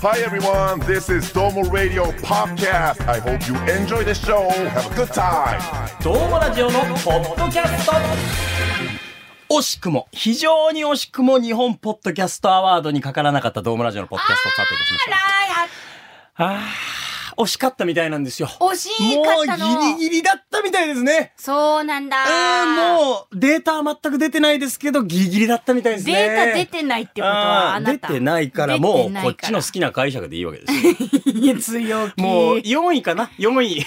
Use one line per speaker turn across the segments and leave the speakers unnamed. Hi everyone, this is Domo Radio Podcast. I hope you enjoy the show. Have a good time.
どうもラジオのポッドキャスト惜しくも、非常に惜しくも日本ポッドキャストアワードにかからなかったドームラジオのポッドキャスト佐藤です。あー、惜しかったみたいなんですよ。
惜しかったの
もうギリギリだったみたいですね。
そうなんだ
えー、もうデータは全く出てないですけど、ギリギリだったみたいですね。
データ出てないってことは
あ
あ
ー
なた
出てないから、もうこっちの好
ス
きな解釈でいいわけです よ。
キル強気
もう
え
4位かな ?4 位。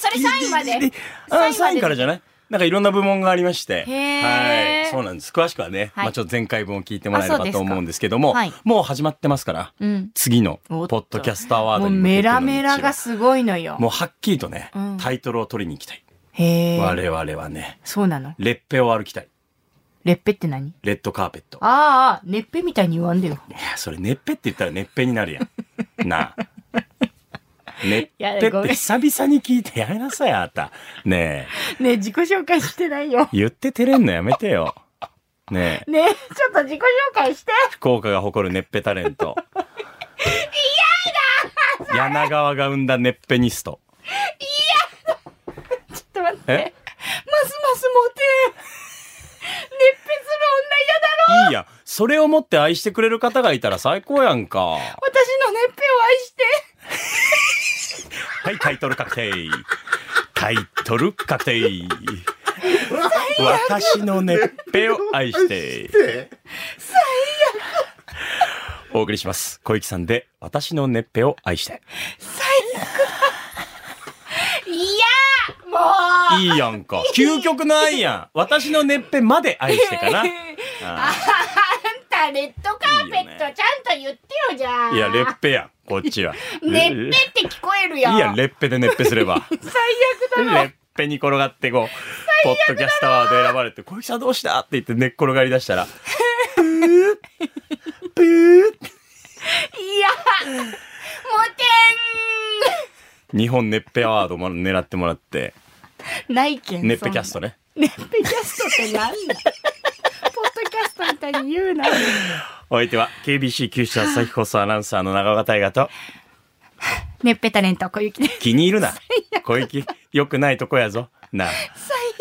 それ3位まで
あ
3位まで
3位からじゃないなんかいろんな部門がありまして。
へー
はい。そうなんです。詳しくはね、
はい
まあちょっと前回分を聞いてもらえれ
あそう
ば
です
と
か
思うんですけども、
はい
もう始まってますから、
うん
次のポ
おっと
ッドキャストアワー
も
ド
う
に向け
メ
ての道
ラ
は
メラがすごいのよ
もうはっきりとね、
うん
タイトルを取りに行きたい。
へえ
我々はね、
そうなの
レッペを歩きたい。
レッペって何
レッドカーペット。い
あーあーレッペみたいに言わんで よ
や、それ、ネッペって言ったらネッペになるや ん。なあ。ネ
や
ッペっ
ごめ
て
ん
久々に聞いてやめなさい、あなた。ね
ねえ自己紹介してないよ
え、言って照れんのやめてよ。ねえ。
ねえちょっと自己紹介して
福岡が誇るネッペタレント。嫌だ柳川が生んだネッペニスト。
ちょっと待っ
え
てますますモテレッペする女嫌だろ
いいや、それをもって愛してくれる方がいたら最高やんか。は
私のレッペを愛して
い、タイトル確定。タイトル確定。私のネッペを愛して。最悪。お送りします。小雪さんで、私のネッペを愛して。
いやもう
いいやんか。究極の愛やん。私のネッペまで愛してか な。あー
あんたレッドカーペットちゃんと言ってよじゃあ
いや、レッペやん、こっちは。
ねっ
レ
ぺって聞こえる
い
やん
やん、レッペでネッペすれば。
最
レ
悪だな
ッペに転がってこう、ポッドキャストワード選ばれて、小雪さんどうしたって言って寝っ転がり出したら、ブーブ
いやモテ
ー日本ネッペアワードも狙ってもらって、
んないけん
ネッペキャスト
ね
ね。
レッペキャストって 何だポッドキャストみたいに言うな
お相手は、KBC 九州朝日放送アナウンサーの長岡大河と、
ねっぺタレント小雪です
気に入るな。小雪、良くないとこやぞ。なあ。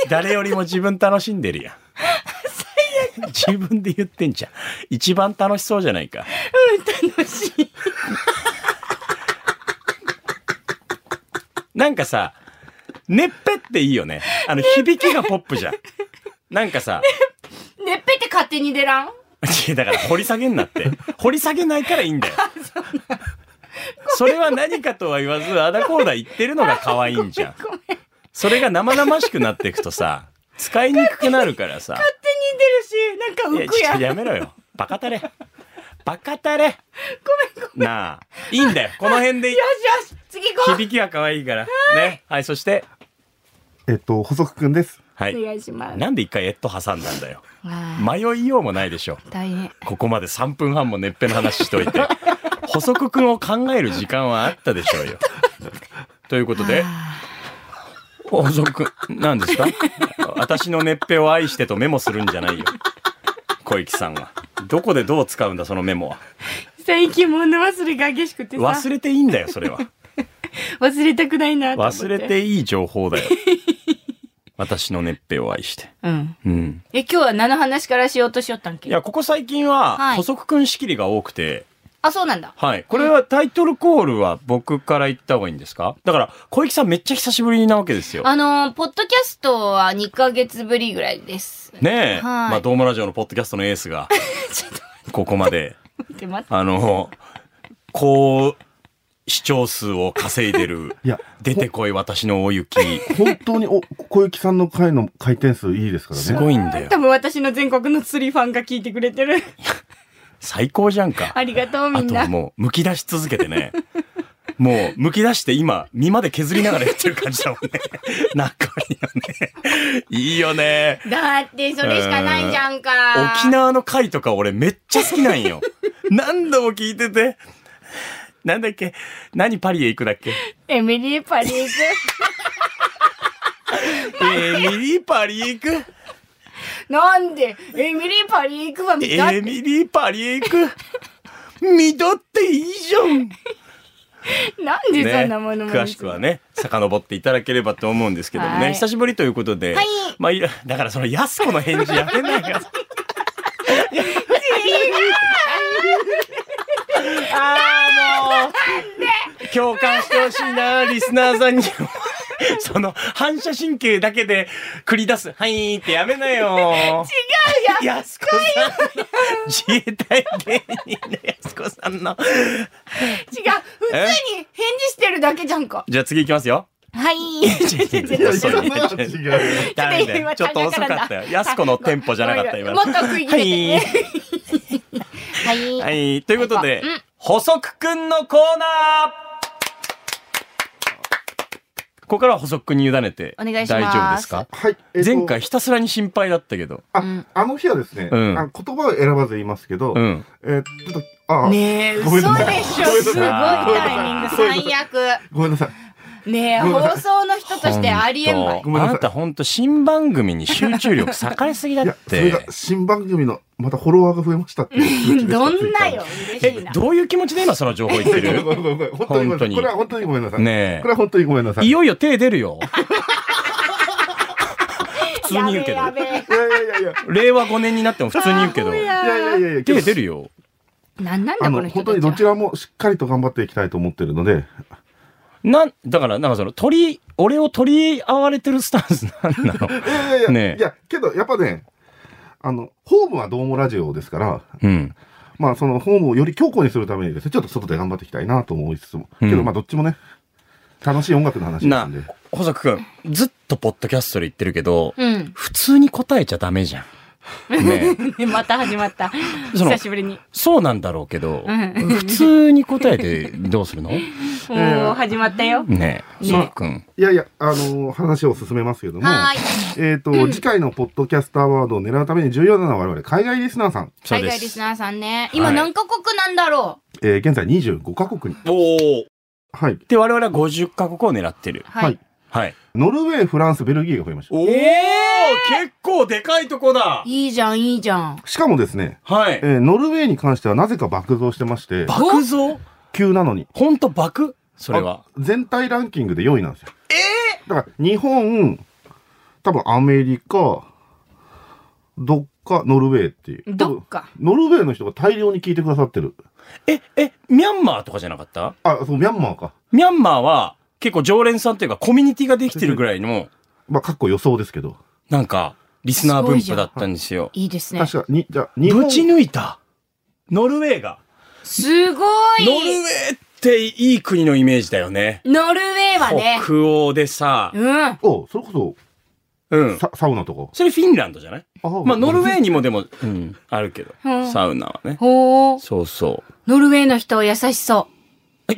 誰よりも自分楽しんでる やん。自分で言ってんじゃん。一番楽しそうじゃないか。
うん楽しい
なんかさ、ねっぺっていいよね。あの、響きがポップじゃん。なんかさ、
ねっぺって勝手に出らん
違う だから掘り下げんなって。掘り下げないからいい んだよ。それは何かとは言わず、あだこうだ言ってるのが可愛いんじゃん。
ごめん勝手に
それが生々しくなっていくとさ、使いにくくなるからさ。
出
い
るしなんか浮
ちょ
く
っ
や
と
ん
やめろよ。バカタレ。バカタレ。
ごめんごめん
なあ。いいんだよ。この辺で
よしよし次行こう
響きが可愛いから。ね。はい、そして。
えっと、補足くんです。
はい。
お願いします
なんで一回えっと挟んだんだよ。
わあ
迷いようもないでしょ。
大変
ここまで3分半も熱っぺの話しといて。補足くんを考える時間はあったでしょうよ。ということで、補足くん、何ですか私の熱っぺを愛してとメモするんじゃないよ。小雪さんは。どこでどう使うんだ、そのメモは。
最近物忘れが激しくてさ
忘
忘れ
れていいんだよ、 それは。
たくないなと思って
忘れていい情報だよ。私の熱ぺを愛して。
うん
うん。
え今日は何の話からしようとしよったん
い
け
や、ここ最近は、
はい
補足くん仕切りが多くて、
あそうなんだ
はい。これはタイトルコールは僕から言った方がいいんですかだから、小池さんめっちゃ久しぶりなわけですよ。
あのーポッドキャストは2ヶ月ぶりぐらいです
ねえ。
はい
まあ、ドームラジオのポッドキャストのエース が、ここまで、
待って待って
あの、高視聴数を稼いでる
いや、
出てこい私の大雪。
本当に、お、小雪さんの回の回転数いいですからね。
すごいんだよ
多。分私の全国の釣りファンが聞いてくれてる
最高じゃんか。
ありがとうみ
あ
ん
と
な
もう、剥き出し続けてね。もう、剥き出して今、身まで削りながらやってる感じだもんね。 仲いいよね。いいよね。
だってそれしかないじゃんか
沖縄の回とか俺めっちゃ好きなんよ。 何度も聞いてて。なんだっけ何パリへ行くだっけ
エミリーパ リーズ
エミリーパリへ行く
なんでエミリーパリー行くわみたい
エミリーパリへ行く実っていいじゃん
なんでそんなも
ね
のも、
詳しくはね遡っていただければと思うんですけどもね、
はい
久しぶりということで、
はい
まあいらだからその安子の返事やめないからああもう共感してほしいなリスナーさんにその反射神経だけで繰り出す「はい」ってやめなよ違うよ安子さんの自衛隊芸人の安子さんの
違う普通に返事してるだけじゃんか
じゃあ次いきますよ
はい
違う違う
いや、
遅いね
今のは違うよ。
ダメだよちょっと遅かったよ。やすこのテンポじゃなかった、今の。
もっと食い切れてねは
は
い、
い。はい。ということで
うん、
補足くんのコーナーここからは補足くんに委ねて。
お願いしま
大
す
丈夫ですか
はい。えっと
前回ひたすらに心配だったけど。
あ、あの日はですね、
うん
あの言葉を選ばず言いますけど、
うん。
えーちょっと、あ、
ねえ
ご
嘘
め
で
ん
し
なさい
ょすごいタイミング
ごめんなさい
最悪
ごめんなさい。
ねえ
ごめんなさい
放送の人としてありえんわい
ごめんな
あ
さい
なたほんと新番組に集中力栄えすぎだ
い
っ
や、それ
て
が。新番組の、またフォロワーが増えましたっ ていう通知です
どんなよ。嬉し
え
いな、
どういう気持ちで今その情報言って
ごめん
る
ごめんごめん本当にごめんなさい。これは本当にごめんなさい。
ね
これは本当にごめんなさ
え。
い。
い
いや
よいよ手出る よ。普通に言うけど。
やべえや
いやいやいや。
令和5年になっても普通に言うけど
あ。ー
いやいやいやいや。
手出るよ。
べえなんなん
あ
だこ
の、
の人
本当にどち
ら
らもしっかりと頑張っていきたいと思ってるので、
なん、だから、なんかその、鳥、俺を取り合われてるスタンスなんなの
いやいやい
ね
や、
え
いや、けどやっぱね、あの、ホームはドームラジオですから、
うん。
まあそのホームをより強固にするためにですね、ちょっと外で頑張っていきたいなと思いつつも、
うん
けどまあどっちもね、楽しい音楽の話な
なん
で。、
細作くん、ずっとポッドキャストで言ってるけど、
うん
普通に答えちゃダメじゃん。ねえ
ねまた始まった
その
久しぶりに
そうなんだろうけど、
うん
普通に答えてどうする の
もう始まったよ
ねえ、細作くん。
いやいや、あのー話を進めますけども、
はーい
えっ、と、次回のポッドキャストアワードを狙うために重要なのは我々、海外リスナーさん、
そう
海
で
外リス
す。
ナーさん
は
ね今
い
何カ国なんだろ
えー現在25カ国に。
おお。
はい。
で、我々は50カ国を狙ってる
う。はい
はい。
ノルウェー、フランス、ベルギーが増えまし
おお、結構でかいとこだ
いいじゃんいいじゃん
た。しかもですね、
はい
え。ーノルウェーに関してはなぜか爆増してまして、
爆増
急なのに。
ほんと爆それは。
あ全体ランキングで4位なんですよ。えだから日本、多分アメリカ、どっかノルウェーっていう。
どっか
多分。ノルウェーの人が大量に聞いてくださってる。
え、え、ミャンマーとかじゃなかった
あ、そう、ミャンマーか。
ミャンマーは結構常連さんというかコミュニティができてるぐらいの、
まあ、かっこ予想ですけど。
なんか、リスナー分布だったんですよ。
いいですね
確かに、じゃあ、日
ぶ
本。
ち抜いた。ノルウェーが。
すご
ノルウェ
い
ーっていい国のイメージだよね。
ノルウェーはね
北欧でさ、
うん
おそれこ
う
そ
ん。
サ、サウナとか。
それフィンランドじゃない
あ
まあノルウェー
に。
にもでも、うん、あるけど
う、ん
サウナはね。
ほう
そうそう。
ノルウェーの人は優しそう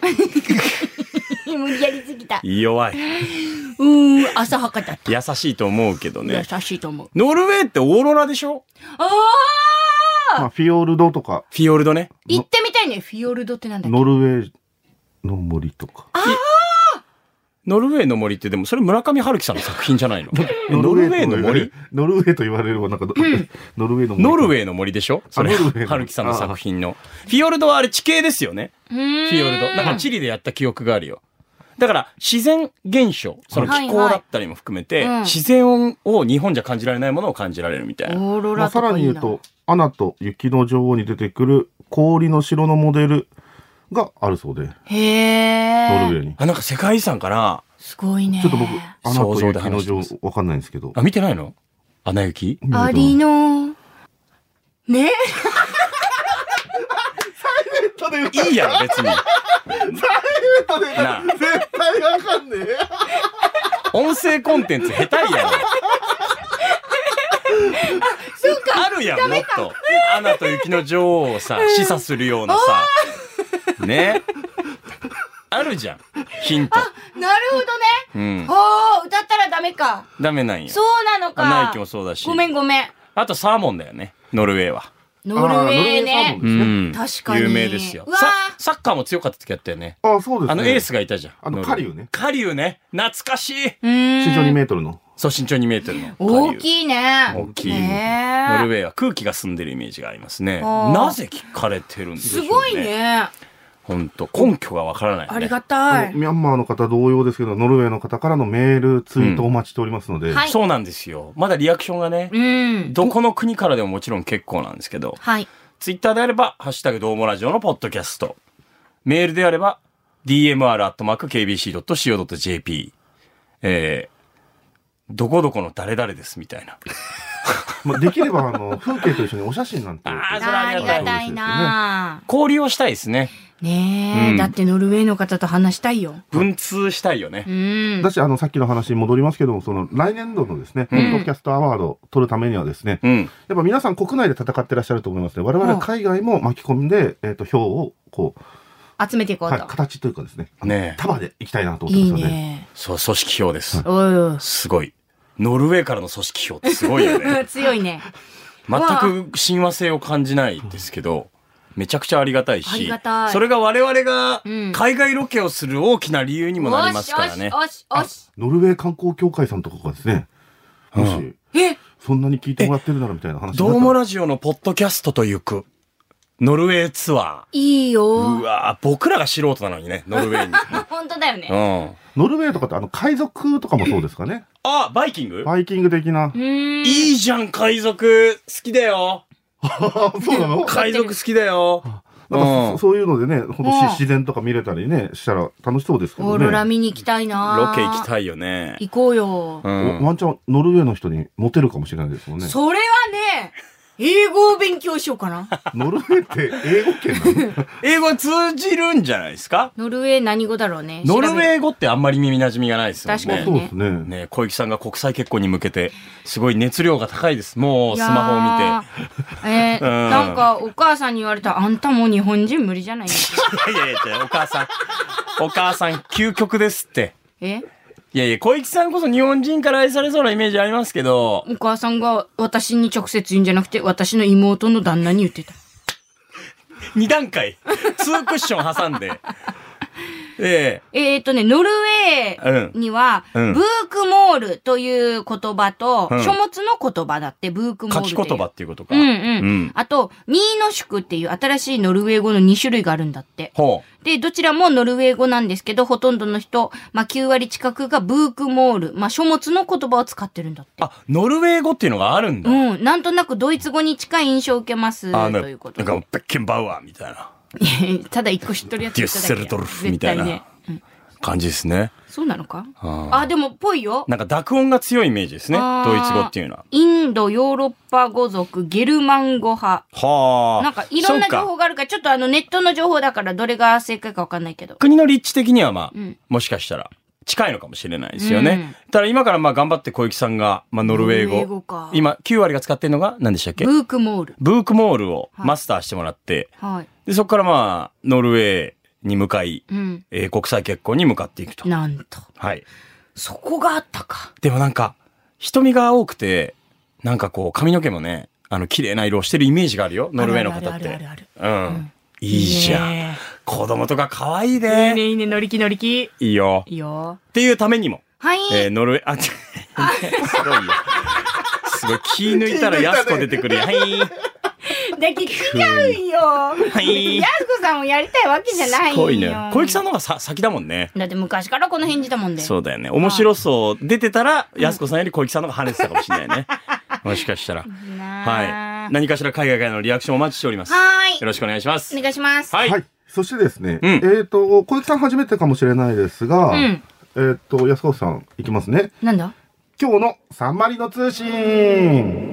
無理やりすぎた
弱い。
うーん浅はかだった
優しいと思うけど
優
ね。
しいと思う
ノルウェーってオーロラでしょ
ああ
まあ、フィヨルドとか、
フィヨルドね。
行ってみたいねフィヨルドってなんだっけ
ノルウェーの森とか。
ノルウェーの森ってでもそれ村上春樹さんの作品じゃないのノルウェーの森
ノルウェーと言われるはなんか、ノルウェーの森。
ノルウ
ー。
ェーの森でしょそれ
ノルウェーの
春樹さんの作品の。フィヨルドはあれ地形ですよね。
フ
フィヨルド。だからチリでやった記憶があるよ。だから自然現象、その気候だったりも含めて、
はいはいうん
自然を日本じゃ感じられないものを感じられるみたいな。
オーロ
まあ、
ラ
さ
と
ら
か
に
いい
言う
な
と、アナと雪の女王に出てくる氷の城のモデルがあるそうで、
へ
ノルウェ
え
ーに。
あ、なんか世界遺産かな
すごいね
ちょっと僕、アナ
想
と
像で
雪
話
の
してま
女
す
王わかんないんですけど。
あ、見てないのアナ 雪
ありのね
いいやろ、別に。なあ
絶対わかんねえ。
音声コンテンツ下手いやろ。あるやん、もっと。アナと雪の女王をさ、示唆するようなさ。ね。あるじゃん。ヒント。
なるほどね
うん。
おー歌ったらダメか
ダメなんや。
そうなの
アナ
か
雪もそうだし。
ごめんごめん
あとサーモンだよね。ノルウェーは。
ノルウェー
あ
ね
ーノルウェーサーモン
ん
確かに
有名ですよ
う。わー
ササッカーも強かった時やったよね。
あ、そうですね。
あのエースがいたじゃん。
あの
ノルウェ
カリウね
カリウね。懐かしい。
身
身長2メートルの。
そう、慎重に見えてるの。
大
い。
きいね。
大きい。
ねえ
ノルウェーは空気が澄んでるイメージがありますね。
あー
なぜ聞かれてるんでしょう
す
ね。
ごい。ね。
本当根拠がわからない、ね。
ありがたい。
ミャンマーの方同様ですけど、ノルウェーの方からのメール、ツイートお待ちしておりますので、
んはい
そうなんですよ。まだリアクションがね、
うん。
どこの国からでももちろん結構なんですけど、
はい。
ツイッターであれば、ハッシュタグどうもラジオのポッドキャスト。メールであれば、dmr.kbc.co.jp。えー、どこどこの誰々ですみたいな。
まあ、できればあの風景と一緒にお写真なんて。
あーそれ
あ
あ
り
りがたい
がたいな。
交流をしたいですね。
ね
うん
え、だってノルウェーの方と話したいよ。
文通したいよね
う。ん。
だし、あの、さっきの話に戻りますけども、その、来年度のですね、ポッドキャストアワードを取るためにはですね、
うん。
やっぱ皆さん国内で戦ってらっしゃると思いますね。我々は海外も巻き込んで、えっ、と、票を、こう、
集めていこう
はい
と。
形というかですね、
ねえ
束でいきたいなと思って
いい
ますよね。
ね。
そう、組織票です。
おい
すごい。ノルウェーからの組織票ってすごいよ
おい。
ね。
強いね。
全く親和性を感じないですけど、めちゃくちゃありがたい
あり
し
がたい、
それが我々が
うん
海外ロケをする大きな理由にもなりますからね。
おしおしおし
ノルウェー観光協会さんとかがですね、もし、
おし。え
そんなに聞いてもらってるならみたいな話にな
ど
った
う
ら
もラジオのポッドキャストと行く、ノルウェーツア
い
ー。
い
う
よ。
わー僕らが素人なのにね、ノルウェーに。
本当だよ
う
ね。
ん。
ノルウェーとかってあの海賊とかもそうですかね。
あ、バイキング
バイキング的な
う。ん。
いいじゃん、海賊。好きだよ。
あ、そうなの
海賊好きだよ。
なんか
う
そ
ん
そういうのでね、ほんと
うん
し自然とか見れたりね、したら楽しそうですけ
オ
ど
ー
ね。
ロラ見に行きたいな。
ロケ行き
い。
たいよね。
行こうよ。
う
おワンちゃん、ノルウェーの人にモテるかもしれないですもんね。
それはね、英語を勉強しようかな。
ノルウェーって英語圏なの
英語通じるんじゃないですか
ノルウェー何語だろうね。
ノルウ
ー
ェー語ってあんまり耳馴染みがないですよね。
確か
そう
に
ですね。
ね小雪さんが国際結婚に向けて、すごい熱量が高いです。もうスマホを見て。
見て。え ー、
うん
なんかお母さんに言われた、あんたもう日本人無理じゃないの
いやいやいや、お母さん。お母さん、究極ですって。
え
いやいや、小雪さんこそ日本人から愛されそうなイメージありますけど、
お母さんが私に直接言うんじゃなくて、私の妹の旦那に言ってた。
2段階、2クッション挟んで。え
えー、とね、ノルウェーには、
うんうん
ブークモールという言葉と、
うん
書物の言葉だって、ブーク
え
モー
書
ルってい
き
う。
言葉っていうことか。
うんうん。
うん
あと、ミーノ宿っていう新しいノルウェー語の2種類があるんだって。
ほ
で、どちらもノルウェー語なんですけど、ほとんどの人、まあ9割近くがブークモール、まあ書物の言葉を使ってるんだっ
う。
て。
あ、ノルウェー語っていうのがあるんだ。
うん、なんとなくドイツ語に近い印象を受けます。
あの、
と
ないん
う
か、
こと
ベ
で。
ッケンバウアーみたいな
ただ一個知っとるやつ
デュッ
言っただ
セ
けや
ルドルフみたいな
絶対ねうん
感じですね。
そうなのか
あー
あ、でも、ぽいよ。
なんか濁音が強いイメージですね。
あー
ドイツ語っていうのは。
インド、ヨーロッパ語族、ゲルマン語派。
はあ。
なんか、いろん
そ
な
うか
情報があるから、ちょっとあの、ネットの情報だから、どれが正解かわかんないけど。
国の立地的にはまあ、
うん
もしかしたら近いのかもしれないですよね。ただ今からまあ頑張って小雪さんが、まあ、ノルウェー
ノルウェー
語
語か
今9割が使ってるのが何でしたっけ
ブークモール。
ブークモールを
はい
マスターしてもらって、
はい。
でそこからまあノルウェーに向かい、
うん。
えー国際結婚に向かっていくと。
なんと。
はい。
そこがあったか。
でもなんか瞳が多くてなんかこう髪の毛もねあの綺麗な色をしてるイメージがあるよノルウェーの方
あ
っ
るある
て。
ある
うん。いいじゃん。
ん。
子供とか可愛い
いい
ね。
ね、いいね、乗り気乗り気。
いいよ。
いいよ。
っていうためにも。
はい。
えー、ノルウェー、あ、ちすごいよ。すごい、気抜いたら安子出てくるやん。はい。
だけど違うよ。
い
やすこさんもやりたいわけじゃないよ。
すごいね。小雪さんの方がさ先だもんね。
だって昔からこの返事だもんで。
そうだよね。面白そう。出てたら、安子さんより小雪さんの方が跳ねてたかもしれないね。もしかしたら。
なあ
はい。何かしら海外からのリアクションお待ちしております。よ
はーい。
ろしくお願いします
お。願いします。
はい。
はい。そしてですね、
うん
えっ、と、小雪さん初めてかもしれないですが、
うん。
えっ、と、安川さん、いきますね。
なんだ
今日のサンマリの通信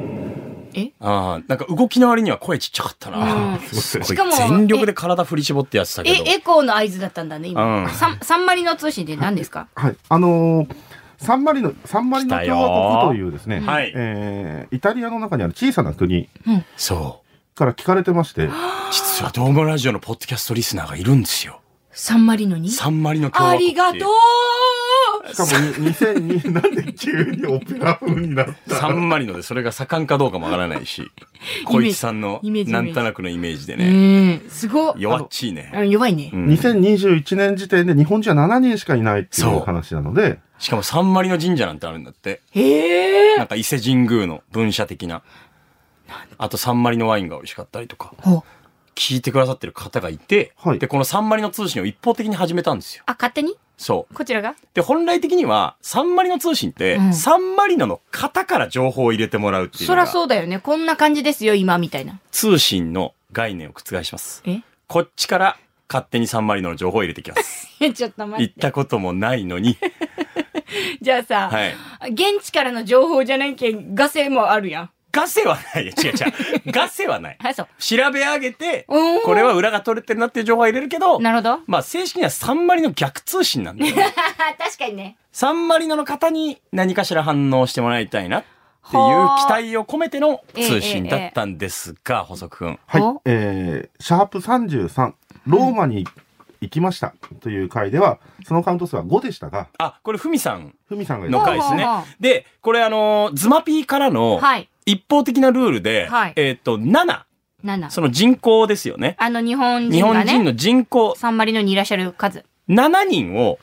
ああ、なんか動きの割には声ちっちゃかった
う。
なんすごい
しかも
全力で体振り絞ってやってたけど。
え、エコーの合図だったんだね、
うん
今。三三割の通信で何ですか
はい。あのーサンマリの、サンマリの共和国というですね、
たよはい
えーイタリアの中にある小さな国
そ
から聞かれてまして、
う。実はドームラジオのポッドキャストリスナーがいるんですよ。
三割のに
サンマリの共和
あ
国っ
り
ていう
がとう
しかもに2002な んで急にオペラ風になった
サンマリノでそれが盛んかどうかもわからないし、小池さんの
イメージイメ
な
ージ
んとなくのイメージでね、
ねえ、すごっ。
弱っちいね。
あ弱いね。
うん
2021年時点で日本人は7人しかいないっていう話なので、
しかもサンマリノ神社なんてあるんだって。
へえ。
なんか伊勢神宮の分社的な。あとサンマリノワインが美味しかったりとか、
ほう
聞いてくださってる方がいて、
はい
で、このサンマリノ通信を一方的に始めたんですよ。
あ、勝手に
そう。
こちらが
で、本来的には、サンマリノ通信って、
うん
サンマリノの型から情報を入れてもらうっていう
そ
の
ら
が、
そうだよね。こんな感じですよ、今、みたいな。
通信の概念を覆します。
え
こっちから勝手にサンマリノの情報を入れてきます。
ちょっと待
行
っ。
ってたこともないの に、
じゃあさ、
はい。
現地からの情報じゃないけん、ガセもあるやん。
ガセはないよ。違う違 う。ガセはない。
はい、そう。
調べ上げて、
おー
これは裏が取れてるなっていう情報は入れるけど、
なるほど。
まあ正式にはサンマリノ逆通信なんだよね。
確かにね。
サンマリノの方に何かしら反応してもらいたいなっていう
はあ
期待を込めての通信だったんですが、細くん。
はい
お、
えー、シャープ33、ローマに行きましたという回では、そのカウント数は5でしたが、
あ、これふみさん
ふみさんがい
の
た
回ですね
ほうほうほ。
で、これあのー、ズマピーからの
はい。
一方的なルールで、
はい
えっと、7、
7。
その人口ですよね。
あの、日本
日
人が
本
ね。
人の人口
サンマリノにいらっしゃる数。
7人を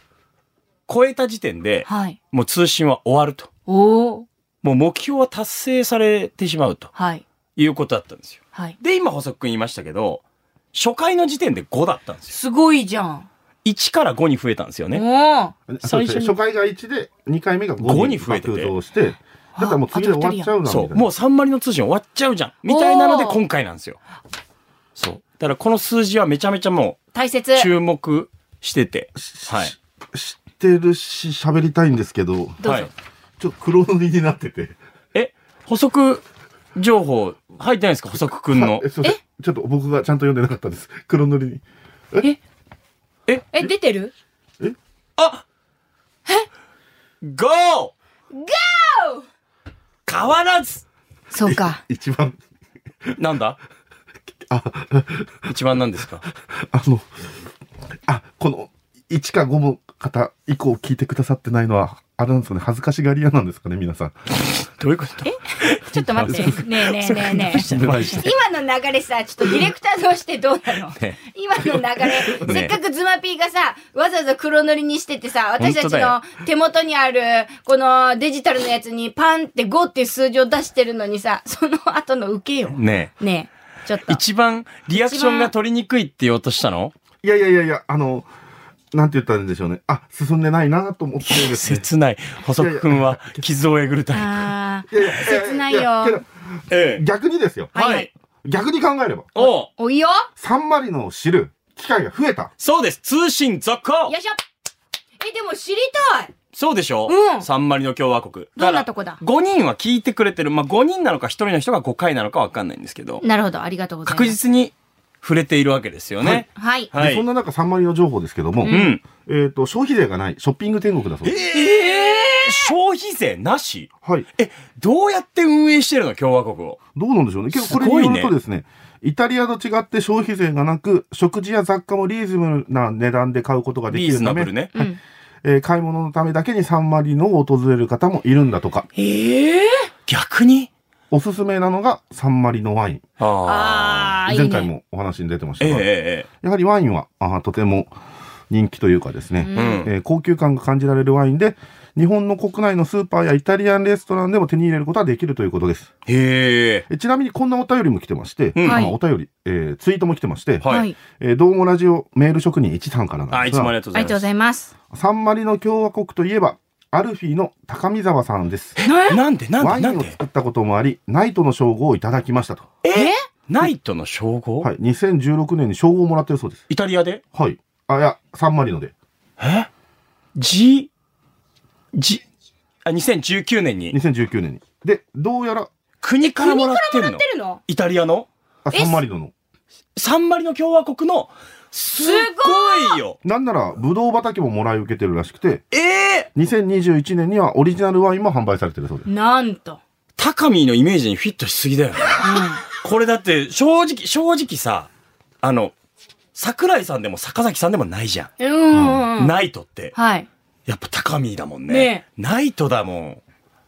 超えた時点で、
はい。
もう通信は終わると。
おお。
もう目標は達成されてしまうと
はい。
いうことだったんですよ。
はい。
で、今補足くん言いましたけど、初回の時点で5だったんですよ。
すごいじゃん。
1から5に増えたんですよね。
おお。
あ
最初に
初回が1で、2回目が
5
5
に
に
増えてて
爆増して、だからもう次で終わっちゃうなみた
そ。
いうな。
もう3割の通信終わっちゃうじゃん。みたいなので
おー
今回なんですよ。そう。だからこの数字はめちゃめちゃも
大切
う。注目してて。はい。
知ってるし、喋りたいんですけど、
どうぞ
はい。
ちょっと黒塗りになってて。
え、補足情報入ってないですか補足くんの
え、。すいませんちょっと僕がちゃんと読んでなかったです。黒塗りに。
え、出てる
あえ ?GO! GO! 変わらず
そうか。
一番、
なんだ一番なんですか
あの、あ、この1か5の方以降聞いてくださってないのは、あれなんですかね、恥ずかしがり屋なんですかね、皆さん。
どういうこと
ちょっと 待って。ねえねえねえねえ。
マジで
今の流れさ、ちょっとディレクターとしてどうなの、
ね
今の流れ、
ね
せっかくズマピーがさ、わざわざ黒塗りにしててさ、私
本
たち
当だよ
の手元にある、このデジタルのやつにパンって5っていう数字を出してるのにさ、その後の受けよ。
ね
ねえ、ちょっ
え
と。
一番リアクションが取りにくいって言おうとしたの
いやいやいやいや、あの、なんて言ったらいいんでしょうね。あ、進んでないなと思ってですね。
切ない。補足くんは傷をえぐるタイプ。
あ
いやいやや
切ないよ
やけど
ええ。
逆にですよ。
ーはい、は
はいい。
逆に考えれば、
おう
おいよ
サンマリノを知る機会が増えた。
そうです通信続行
よいしょえ、でも知りたい
そうでしょ
うん
サンマリノ共和国。
どんなとこだ
5人は聞いてくれてる。まあ、5人なのか1人の人が5回なのかわかんないんですけど、
なるほど、ありがとうございます。
確実に触れているわけですよね。
はい。
で
はい。
そんな中、サンマリノ情報ですけども、
うん。
えっ、と、消費税がないショッピング天国だそうです。
えー、消費税なし
はい。
え、どうやって運営してるの共和国を。
どうなんでしょうね。結構これ
すごいね
によるとですね、イタリアと違って消費税がなく、食事や雑貨もリーズムな値段で買うことがで
リ
き
ーズ
る
ナ
た
ブ
め、
ルね。
うん。
えー買い物のためだけにサンマリノを訪れる方もいるんだとか、
ええ逆に
おすすめなのがサンマリノワイン。
ああ。
あー、いいね。
前回もお話に出てました
ええ
が、
え
やはりワインはあーとても人気というかですね、
えうん。
えー高級感が感じられるワインで、日本の国内のスーパーやイタリアンレストランでも手に入れることはできるということです。
へえ。
えちなみにこんなお便りも来てまして、
うん
あ
はい
お便り、えーツイートも来てまして、
は。
はいい。
えーどうもラジオメール職人1さんからなん
あ、
で
い
す
つもあ
が
り、がとう
ありが
ご
とうご
ざ
ざ
い
います。
サンマリの共和国といえば、アルフィーの高見沢さんです。
ます。なんでな
ワ
ん
イ
でな
ン
ん
を
で
作ったこともあり、ナイトの称号をいただきましたと。
えナイトの称号、
はい、2016年に称号をもらってるそうです。
イタリアで
はい。あ、いや、サンマリノで。
え ?G、G、あ、2019年に
2019年に。で、どうやら、
国からもらってるの
出るの
イタリアの
あサンマリノの。
サンマリの共和国のすっごいよ
なんなら、ブドウ畑ももらい受けてるらしくて、
ええ
2021年にはオリジナルワインも販売されてるそうです。
なんと。
高見のイメージにフィットしすぎだよね。これだって正直、正直さ、あの、桜井さんでも坂崎さんでもないじゃ
うん。うん
ん。
うん。
ナイトって。
はい。
やっぱ高見だもんね。
ね
ナイトだもん。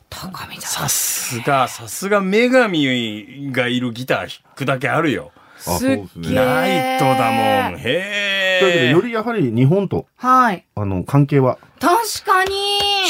高見だ。
さすが、さすが女神がいるギター弾くだけあるよ。
あそうです
すっげ
ね
え。
ナイトだもん。へ
というわけで、
え
よ。りやはり日本と、
はい。
あの、関係は、
確かに。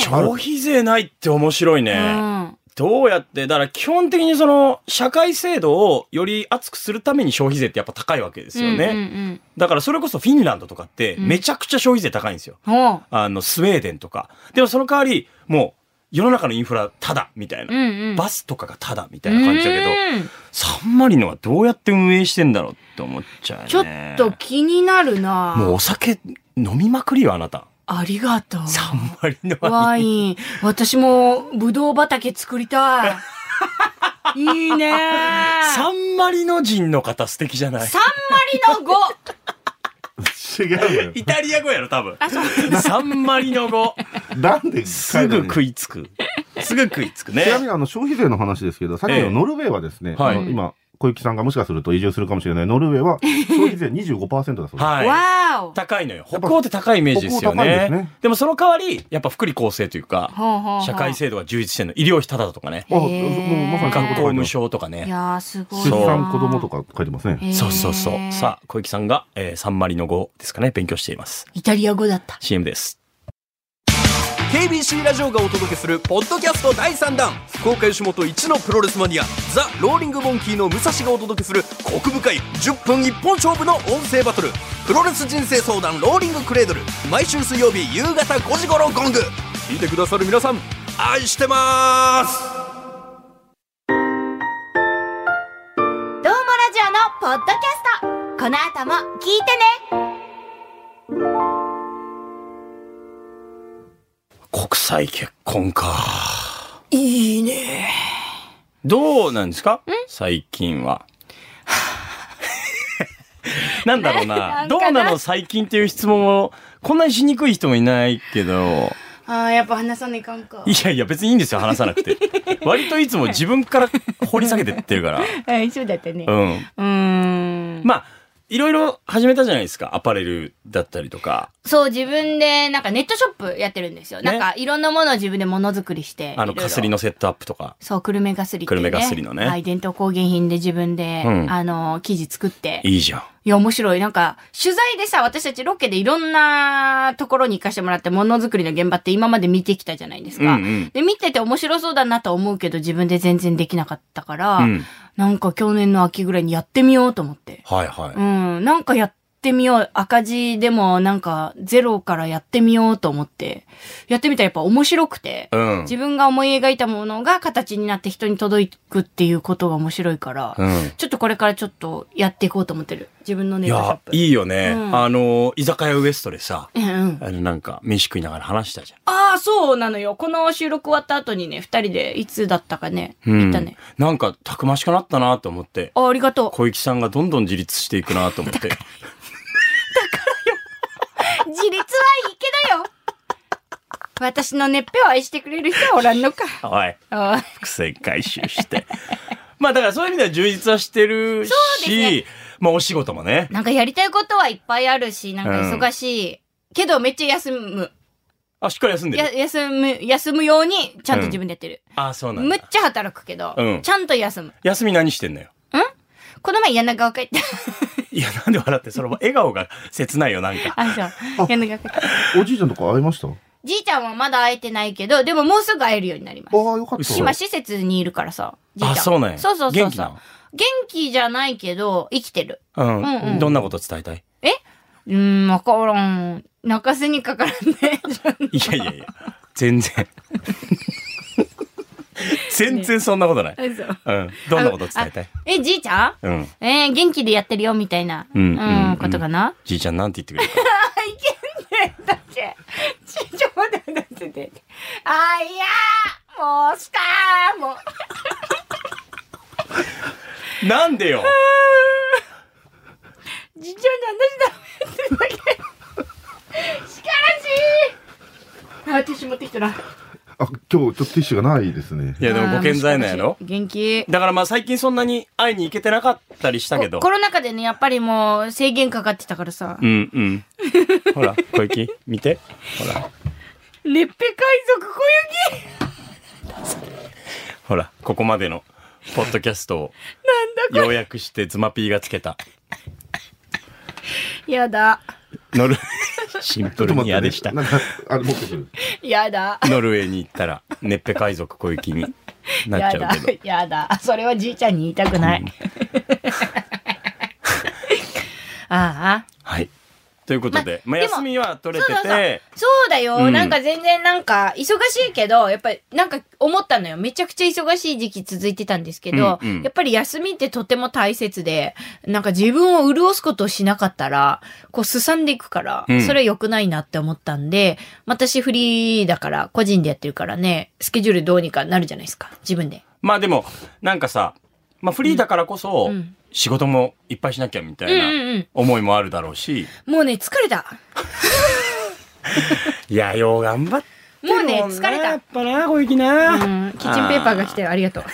消費税ないって面白いね。
うん。
どうやって、だから基本的にその、社会制度をより厚くするために消費税ってやっぱ高いわけですよね。
うんうん
だからそれこそフィンランドとかって、
ん
めちゃくちゃ消費税高いんですよ。
うん。ほ。
あの、スウェーデンとか。でもその代わり、もう、世の中のインフラ、ただ、みたいうな。
うんうん。
バスとかがただ、みたいな感じだけど、
うん
サンマリノはどうやって運営してんだろうって思っちゃうね。
ちょっと気になるな
もうお酒飲みまくりよ、あなた。
ありがとう。
サンマリノは。
ワイン。私も、ぶどう畑作りた い。いいね
サンマリノ人の方素敵じゃない
三割の五。
違うのよ。
イタリア語やろ、多分。サンマリノ語。
なんで、
すぐ食いつく。すぐ食いつくね
ち。なみにあの消費税の話ですけど、さっき
ええ
のノルウェーはですね、
はい
あの今、小雪さんがもしかすると移住するかもしれないノルウェー は消費税25%だそうです。
はい。
わお。
高いのよ。北欧って高いイメージですよ
北欧高いで
ね。
す
で
ね
もその代わり、やっぱ福利厚生というか、
ほうほうほう
社会。制度が充実してるの。医療費タダとかね。
あ、もう
へえ
まさにその
学校無
書
償
いて
とか
い
ね。
やー、すご
ま
い
す。出
な。
産子供とか書いてますね。
へー
そうそうそう。さあ、小池さんが、えー、3割の5ですかね、勉強しています。
イタリア語だった。
CM です。
KBC ラジオがお届けするポッドキャスト第3弾福岡吉本一のプロレスマニアザ・ローリング・モンキーの武蔵がお届けするコク深い10分一本勝負の音声バトルプロレス人生相談ローリング・クレードル毎週水曜日夕方5時頃ゴング聞いてくださる皆さん愛してます
どうもラジオのポッドキャストこの後も聞いてね
国際結婚か。いいね。どうなんですか最近は。 なんだろうな。どうなの最近っていう質問を、こんなにしにくい人もいないけど。
ああ、やっぱ話さないかんか。
いやいや、別にいいんですよ、話さなくて。割といつも自分から掘り下げてってるから。
あ 一緒だったね。
うん。
うーん。
まあ、いろいろ始めたじゃないですか。アパレルだったりとか。
そう、自分で、なんかネットショップやってるんですよ。
ね
なんか、いろんなものを自分でものづくりして。
あの、
いろい
か
ろ
すりのセットアップとか。
そう、久留米ガスリっていう
久
ね。
留米ガスリのね
はい、伝統工芸品で自分で、
うん
あの、生地作って。い
いいじゃん。
や、面白い。なんか、取材でさ、私たちロケでいろんなところに行かしてもらって、ものづくりの現場って今まで見てきたじゃないですか。
うんうん
で、見てて面白そうだなと思うけど、自分で全然できなかったから、
うん
なんか去年の秋ぐらいにやってみようと思って。
はいは
う
い。
ん、なんかやってみよう。赤字でもなんかゼロからやってみようと思って。やってみたらやっぱ面白くて。
うん。
自分が思い描いたものが形になって人に届くっていうことが面白いから、
うん。
ちょっとこれからちょっとやっていこうと思ってる。自分のネ
い
ットショッ
や、
プ。
いいよね。
うん
あの、居酒屋ウエストでさ、
うんうん
あの、なんか、飯食いながら話したじゃん。
ああ、そうなのよ。この収録終わった後にね、二人でいつだったかね、行ったね。
うんなんか、たくましくなったなと思って、
ああ、ありがとう。
小雪さんがどんどん自立していくなと思って。
自立はいいけだよ。私のねっぺを愛してくれる人はおらんの か。
おい、
ああ
伏線回収して。まあ、だからそういう意味では充実はしてるし、
そうで
まあ、お仕事もね。
なんかやりたいことはいっぱいあるし、なんか忙しい。けどめっちゃ休む。
あ、しっかり休んで
や
る。
休む、休むようにちゃんと自分でやってる。
あ、そうなん
むっ
だ。
ちゃ働くけど、
うん
ちゃんと休む。
休み何して んのよ。
この前柳川帰って。
いや、なんで笑って、その笑顔が切ないよ、なんか。
あ、そう。柳川帰って。
おじいちゃんとか会いましたあ
じいちゃんはまだ会えてないけど、でももうすぐ会えるようになりま
あ、
す。
よかった。
今施設にいるからさ。じいちゃ
あ
ん。
そうなんや
そうそうそうそう。
元気なの
元気じゃないけど、生きてる。
う。
うんうんん
どんなこと伝えたいう
ーん、わからん。泣かせにかからんね。
いやいやいや、全 然。全然そんなことない。
そう
うん。どんなこと伝えたい
あえ、じいちゃん
うん。
えー元気でやってるよ、みたいな。
うんうんうん
ことかな。
じいちゃんなんて言ってくれる
だって、ちょ、ちょ、待って待って待って。あー、いやーもう、スカーもう。
か。 なんでよ
じいちゃんに話だめってだけ。しからしいあ、ティッシュ持ってきたな。
あ、今日ちょっとティッシュがないですね
い。や、でもご健在なんやろ
元気。
だからまあ最近そんなに会いに行けてなかったりしたけど
コ。ロナ禍でね、やっぱりもう 制限かかってたからさ
う。んうん。ほら、小雪、見て。ほら。
レッペ海賊小雪
ほら、ここまでのポッドキャストを要約してズマピーがつけた。
やだ。
ノル、シンプルに嫌でした。
なんか、あれ持ってくる。
やだ。
ノルウェーに行ったら、ネッペ海賊小雪になっ
や
ちゃ
だ
うけど。。
やだ。 それはじいちゃんに言いたくない。 ああ。
はい。ということで、まあ、
でも
休みは取れ
そ
て
うそうそう
て、。
そうだよ。
うん
なんか全然なんか、忙しいけど、やっぱりなんか思ったのよ。めちゃくちゃ忙しい時期続いてたんですけど、
うんうん
やっぱり休みってとても大切で、なんか自分を潤すことをしなかったら、こうすさんでいくから
うん、
それは良くないなって思ったんで、私フリーだから、個人でやってるからね、スケジュールどうにかなるじゃないですか。自分で。
まあでも、なんかさ、まあフリーだからこそ
うんうん、
仕事もいっぱいしなきゃみたい
うんうんう
なん思いもあるだろうし、
もうね、疲れた。
いや、よう頑張って
もうね、疲れた。
ぱな、小雪な
うん、キッチンペーパーが来たよ。ありがとう。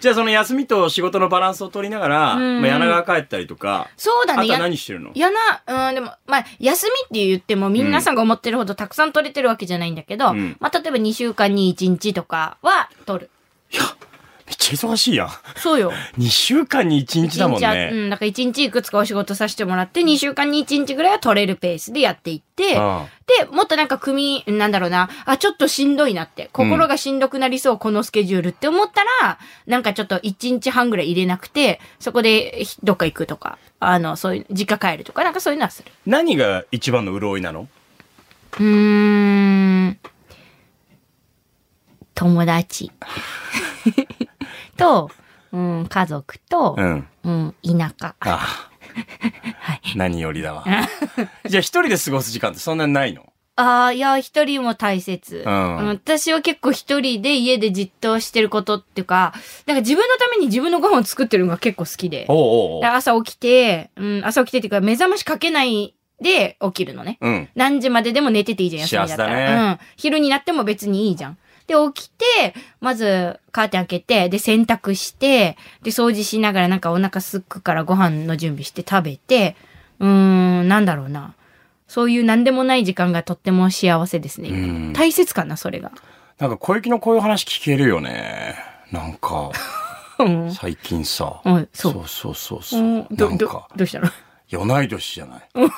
じゃあその休みと仕事のバランスを取りながら、
うん
まあ、柳川帰ったりとか、
そうだ
あ
ね。
とは
や
何してるの
いやな、うん、でも、まあ、休みって言っても、皆さんが思ってるほどたくさん取れてるわけじゃないんだけ
う
ど、
ん
まあ、例えば2週間に1日とかは取る。
めっちゃ忙しいやん。
そ うよ。
2週間に1日だもん
1日はう
ね。
ん、だから1日いくつかお仕事させてもらって、2週間に1日ぐらいは取れるペースでやっていって、
ああ
で、もっとなんか組み、なんだろうな、あ、ちょっとしんどいなって、心がしんどくなりそう、このスケジュールって思ったら、なんかちょっと1日半ぐらい入れなくて、そこでひどっか行くとか、あの、そういう、実家帰るとか、なんかそういうのはする。
何が一番の潤いなの
うーん。友達。と、うん、家族と
う、ん。
うん、田舎。
あ
はい。
あ何よりだわ。じゃあ一人で過ごす時間ってそんなにないの
ああ、いや、一人も大切。
うん
私は結構一人で家でじっとしてることっていうか、なんか自分のために自分のご飯を作ってるのが結構好きで。
おうおうおう。
朝起きて、うん、朝起きてっていうか、目覚ましかけないで起きるのね。
うん。
何時まででも寝てていいじゃん、休みだった
幸せだ
ら。うん。昼になっても別にいいじゃん。で、起きて、まず、カーテン開けて、で、洗濯して、で、掃除しながらなんかお腹すくからご飯の準備して食べて、うーん、なんだろうな。そういう何でもない時間がとっても幸せです
うん
ね。大切かな、それが。
なんか小雪のこういう話聞けるよね。なんか、
うん。
最近さ。
うんそう
そうそうそう
うん
そう。
ど、
なん
ど
か、、
どうしたの
夜ない年じゃない。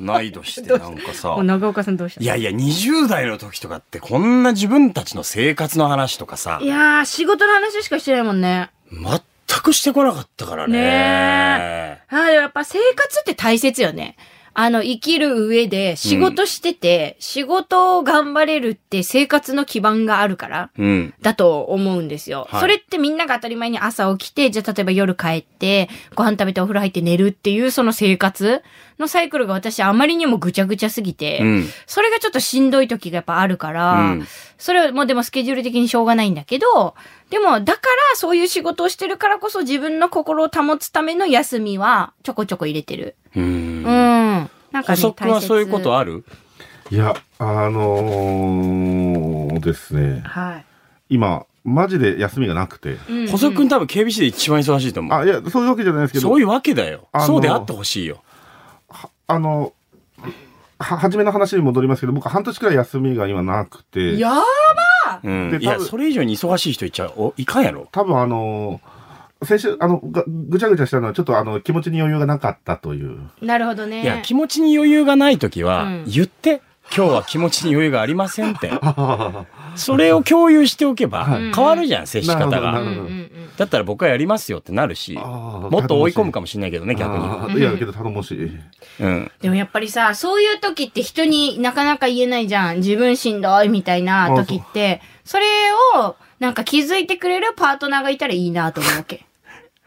ない年ってなんかさ。
お長岡さんどうしたの
いやいや、20代の時とかってこんな自分たちの生活の話とかさ
い、やー、仕事の話しかしてないもんね。
全くしてこなかったからね。
ねああ、でもやっぱ生活って大切よね。あの、生きる上で仕事してて、仕事を頑張れるって生活の基盤があるから。
うん。
だと思うんですよ、
はい
それってみんなが当たり前に朝起きて、じゃあ例えば夜帰って、ご飯食べてお風呂入って寝るっていうその生活のサイクルが私あまりにもぐちゃぐちゃすぎて、
うん。
それがちょっとしんどい時がやっぱあるから、
うん
それはもうでもスケジュール的にしょうがないんだけど、でもだからそういう仕事をしてるからこそ自分の心を保つための休みはちょこちょこ入れてる。
う
うんん。。なんか
補
ね、
足はそういうこと
は
ある
いや、あのー、ですね。
はい。
今、マジで休みがなくて。
うん
補足くん多分 KBC で一番忙しいと思う。
あ、いや、そういうわけじゃないですけど、
そういうわけだよ
あ。の
そうであってほしいよ。
あの、は、初めの話に戻りますけど、僕半年くらい休みが今なくて。
いやー
うん。
で
いや、
多分
それ以上に忙しい人いっちゃう。お、いかんやろ。
多分あのー先週、あの、がぐちゃぐちゃしたのは、ちょっとあの、気持ちに余裕がなかったという。
なるほどね。
いや、気持ちに余裕がない時
う
は
ん、
言って、今日は気持ちに余裕がありません って。それを共有しておけば、
はい
変わるじゃん、接し方
なるほどな
が
る。ほ
う
ど
んうんうん。
だったら僕はやりますよってなるし、
あー
もっと追い込むかもしれないけどね、逆に。
あーいや、けど頼もしい。
うん。
でもやっぱりさ、そういう時って人になかなか言えないじゃん。自分しんどいみたいな時って、それをなんか気づいてくれるパートナーがいたらいいなと思うわけ。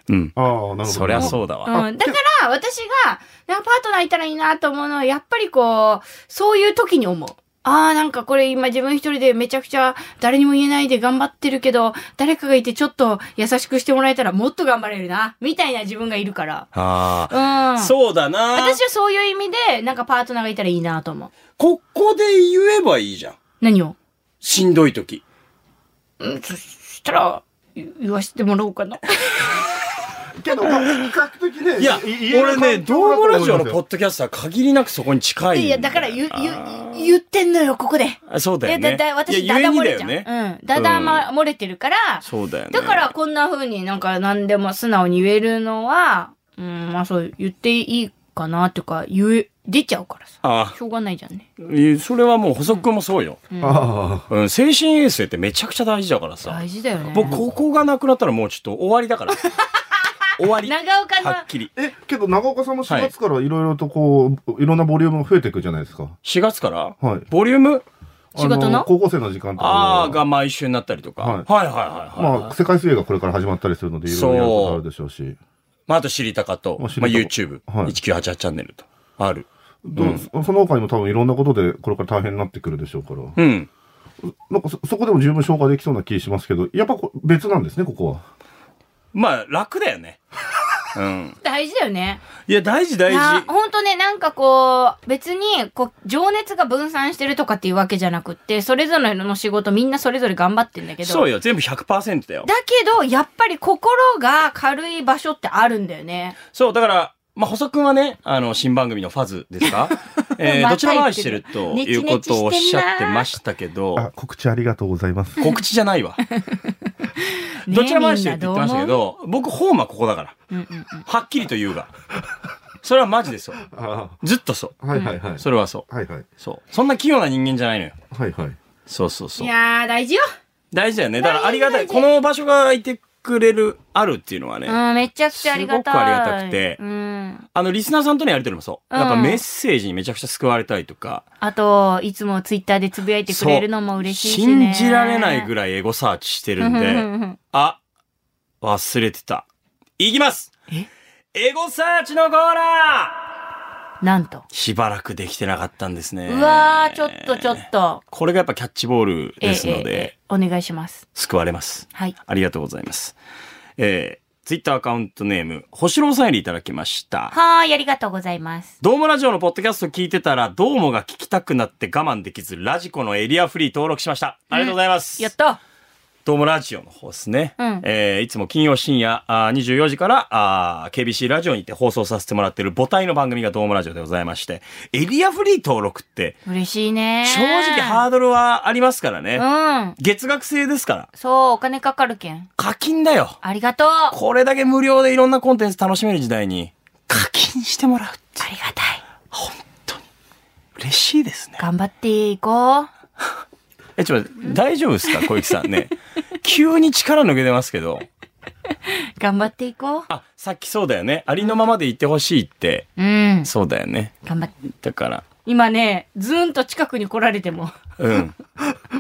うん。
ああ、なるほど。
そりゃそうだわ。
うん。だから、私が、なんかパートナーいたらいいなと思うのは、やっぱりこう、そういう時に思う。ああ、なんかこれ今自分一人でめちゃくちゃ誰にも言えないで頑張ってるけど、誰かがいてちょっと優しくしてもらえたらもっと頑張れるな、みたいな自分がいるから。
ああ、
うん。
そうだな
私はそういう意味で、なんかパートナーがいたらいいなと思う。
ここで言えばいいじゃん。
何を
しんどい時。
うん、そしたら、言わしてもらおうかな。
けど、まあ比較的ね、
いや
言え、る
俺ね、
環境
道
だと
後
思い
ラ
ます
ジ
よ
オのポッドキャストは限りなくそこに近いんだよ。
いや、だから言う、言う、言ってんのよ、ここで。
あそうだよ
いや
ね。
だだ私
いや
ダ
ゆえ
ダ
にだ
漏れち
よ
ゃう、
ね。
うんダダま漏れてるから、
そうだよね。
だから、こんな風になんか何でも素直に言えるのは、うん、まあそう言っていいかなとか言え、出ちゃうからさ。
あ
しょうがないじゃんね。
いやそれはもう補足もそうよ。
あ
うん、精神衛生ってめちゃくちゃ大事だからさ
大。事だよね。
僕、ここがなくなったらもうちょっと終わりだ から。終わり。は
長岡の
っきり。
あ。え、けど長岡さんも4月からいろいろとこう、いろんなボリューム増えていくじゃないですか。
4月から、
はい
ボリューム
あ
仕事の
高校生の時間とかも。
あーが毎週になったりとか。は
はいい、
はいはいはいはい。
まあ、世界水泳がこれから始まったりするので、いろいろやることあるでしょうし。
まあ、あと知りたかと、まあ
まあ知りたか
YouTube、
はい
1988チャンネルと、ある。
どうその他にも多分いろんなことでこれから大変になってくるでしょうから。
うん。
なんかそそこでも十分消化できそうな気しますけど、やっぱこ別なんですね、ここは。
まあ、楽だよね。 うん。
大事だよね。
いや、大事大
な
事。
ほんとね、なんかこう、別に、こう、情熱が分散してるとかっていうわけじゃなくって、それぞれの仕事みんなそれぞれ頑張ってんだけど。
そうよ、全部100%だよ。
だけど、やっぱり心が軽い場所ってあるんだよね。
そう、だから、まあ、細くんはね、あの、新番組のファズです かえー
また
どちらも愛してると
言ってる
いうことをおっしゃってましたけ
あ
ど、、
告知ありがとうございます。
告知じゃない わ。
ね
どちらも愛してるって言ってましたけ
みんな
ど、僕、ホームはここだから。はっきりと言うが。それはマジでそう。
あ
ずっとそ
はいはいは
う。
い。
それはそう。
はいはい。
そう。そんな器用な人間じゃないのよ。
はいはい。
そうそうそう
い。やー、大事よ。
大事だよね。だからありがたい。
大事
この場所がいてくれる、あるっていうのはね、
うん、めちゃくちゃありがたい。
すごくありがたくて
うん。
あの、リスナーさんとのやりとりもそう。やっぱ
うん
メッセージにめちゃくちゃ救われたりとか。
あと、いつもツイッターでつぶやいてくれるのも嬉しいし、ね。
信じられないぐらいエゴサーチしてるんで、
で。
あ、忘れてた。いきますエゴサーチのコーナー
なんと。
しばらくできてなかったんですね。
うわー、ちょっとちょっと。
これがやっぱキャッチボール
え
ですの
ええ
で、
お願いします。
救われます。
はい。
ありがとうございます。えー、ツイッターアカウントネーム、星野さんよりいただきました。
はーい、ありがとうございます。
どうもラジオのポッドキャスト聞いてたら、どうもが聞きたくなって我慢できず、ラジコのエリアフリー登録しました。ありがとうございます。
やった
どうもラジオの方ですね。
うん
えーいつも金曜深夜あー24時からあー KBC ラジオにて放送させてもらってる母体の番組がどうもラジオでございまして、エリアフリー登録って、
嬉しいね
正直ハードルはありますからね。
うん。
月額制ですから。
そう、お金かかるけん。
課金だよ。
ありがとうあ
これだけ無料でいろんなコンテンツ楽しめる時代に、課金してもらうって
りがたい。
嬉しいですね。
頑張っていこう。
え、ちょっと待って、大丈夫ですか小雪さん ね。急に力抜けてますけど。
頑張っていこう。
あ、さっきそうだよね。ありのままでいてほしいって。
うん。
そうだよね。
頑張って。
だから。
今ね、ズーンと近くに来られ ても、
うん。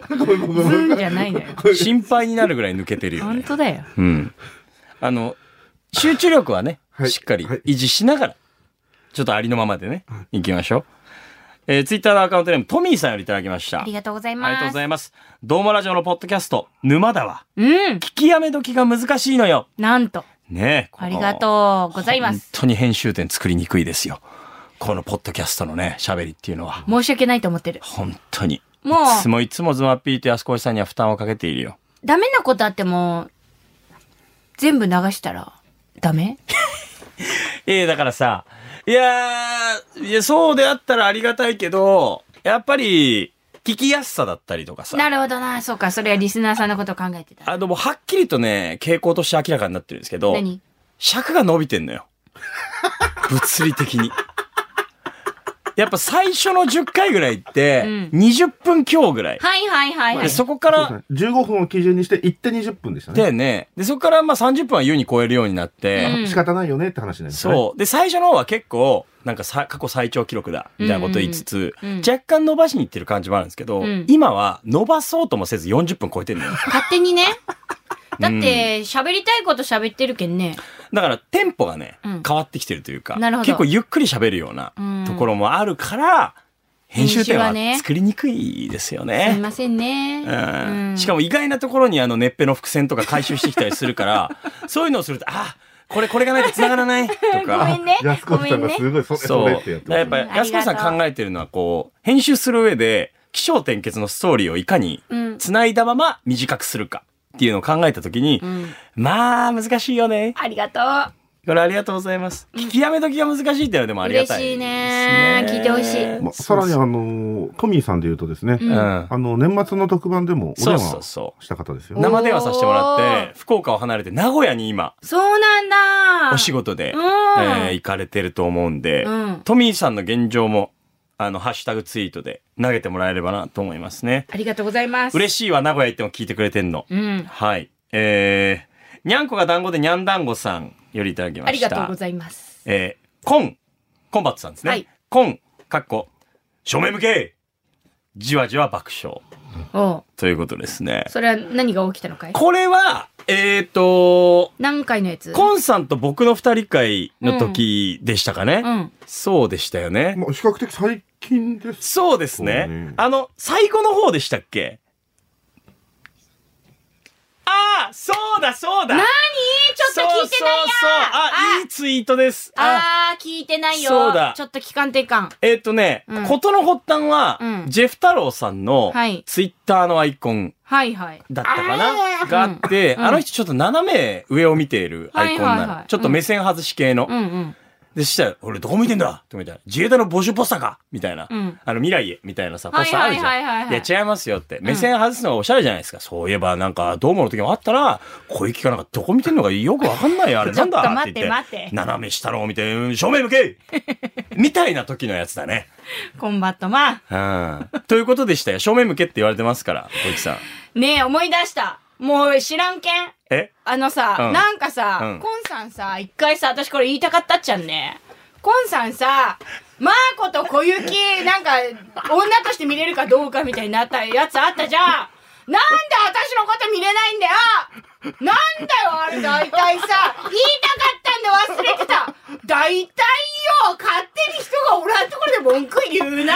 ズーンじゃない のよ。
心配になるぐらい抜けてるよ
本
ね。
当だよ。
うん。あの、集中力はね、
はい
しっかり
はい
維持しながら、ちょっとありのままでね、行きましょう。えー、ツイッターのアカウントネーム、トミーさんよりいただきました。
ありがとうござい
ありがとう
ま
ご
す。
ざいます。どうもラジオのポッドキャスト、沼だわ。
うん。
聞きやめ時が難しいのよ。
なんと。
ねえ。こ
あ
の
りがとうございます。
本当に編集点作りにくいですよ。このポッドキャストのね、喋りっていうのは。
申し訳ないと思ってる。
本当に。
もう
いつもいつもズマピーと安越さんには負担をかけているよ。
ダメなことあっても、全部流したら、ダメ
ええだからさ、いやー、いや、そうであったらありがたいけど、やっぱり、聞きやすさだったりとかさ。
なるほどな。そうか。それはリスナーさんのことを考えてた。
あの、もうはっきりとね、傾向として明らかになってるんですけど、
何
尺が伸びてんのよ。物理的に。やっぱ最初の10回ぐらいって、
う
20分強ぐらい。
はいはいはいは
で
い。
そこから、
15分を基準にして行って20分でした
だ
ね。
よね。で、そこからまあ30分は優に超えるようになって、
うん
仕方ないよねって話になりますね。
そう。で、最初の方は結構、なんかさ、過去最長記録だ、みたいなこと言いつつ、
うんうんうん
若干伸ばしにいってる感じもあるんですけど、
うん
今は伸ばそうともせず40分超えてる のよ。
勝手にね。だって、喋りたいこと喋ってるけんね。
だからテンポがね、
うん
変わってきてるというか、
なるほど
結構ゆっくり喋るような
うん
ところもあるから、編集点は
編集はね
作りにくいですよ
すみ
ね。
ませんね。
うん
うん
しかも意外なところにあの、ねっぺの伏線とか回収してきたりする から、そういうのをすると、あ、これこれがないと繋がらないとか。
ごめんね。
安
ご
子
め
さん
ん
が
ね。
すごい、それ、そ
そう。
れ
だ
っ
か
てやって
らやっ
ま
ぱ
う
り、
んあ
安
り
子
がと
さ
うん
考えてるのは、こう、編集する上で、起承転結のストーリーをいかに
うん、
繋いだまま短くするかっていうのを考えたときに、
うん
まあ、難しいよね。
ありがとう。
これありがとうございます。聞きやめ時が難しいっていうのはでもありがたい。
嬉しいね聞いてほしい
まあ、さらにあのートミーさんで言うとですね、
うん。
あの年末の特番でもお電
そうそう
話
そう。
した方ですよね。
生電話させてもらって、福岡を離れて名古屋に今、
そうなんだ
お仕事で、
うん
えー行かれてると思うんで、
うん
トミーさんの現状も、あの、ハッシュタグツイートで投げてもらえればなと思いますね。
ありがとうございます。
嬉しいわ、名古屋行っても聞いてくれてんの。
うん。
はい。えー、にゃんこが団子でにゃん団子さんよりいただきま
あ
した。
りがとうございます。
えー、コン、コンバットさんですね。
はい
コン、かっこ、正面向けじわじわ爆笑。
お
ということですね
う。それは何が起きたのかい
これは、えーと、
何回のやつ
コンさんと僕の二人会の時でしたかね、
うん。
そうでしたよね。
まあ、比較的最近です。
そうですね。
そうね
あの、最後の方でしたっけああそうだそうだなに
ちょっと聞いてないや
そうそうそうあ、いいツイートです。あ
あー、聞いてないよ。
そうだ
ちょっと期間定感。
えっ、とね、
うん
ことの発端は、
うん
ジェフ太郎さんの
はい
ツイッターのアイコン
はいはい。
だったかながあって、
うん
あの人ちょっと斜め上を見ているアイコンなの。
はいはいはい
ちょっと目線外し系の。
うんうん。
で、したら、俺どこ見てんだってみたいな。自衛隊の募集ポスターかみたいな。
うん
あの、未来へみたいなさ、
は
ポ
い
スターあ
は
るじ
い
ゃん。
はいはいはい
いや、違いますよって。目線外すのがおしゃれじゃないですか。そういえば、なんか、どうもの時もあったら、小雪かなんかどこ見てんのかよくわかんないよ。あれなんだ
ちょっと待
っ
ってて
言って。
待って
斜め下のを見て、うん正面向けみたいな時のやつだね。
コンバットマン。
うん。 ということでしたよ。正面向けって言われてますから、小雪さん。
ねえ、思い出した。もう知らんけん。
え
あのさ、
うん
なんかさ、
うん
コンさんさ、一回さ、私これ言いたかったっちゃんね。コンさんさ、マーコと小雪、なんか、女として見れるかどうかみたいになったやつあったじゃん。なんで私のこと見れないんだよなんだよあれ大体さ、言いたかったんで忘れてた大体よ勝手に人がおらんところで文句言うな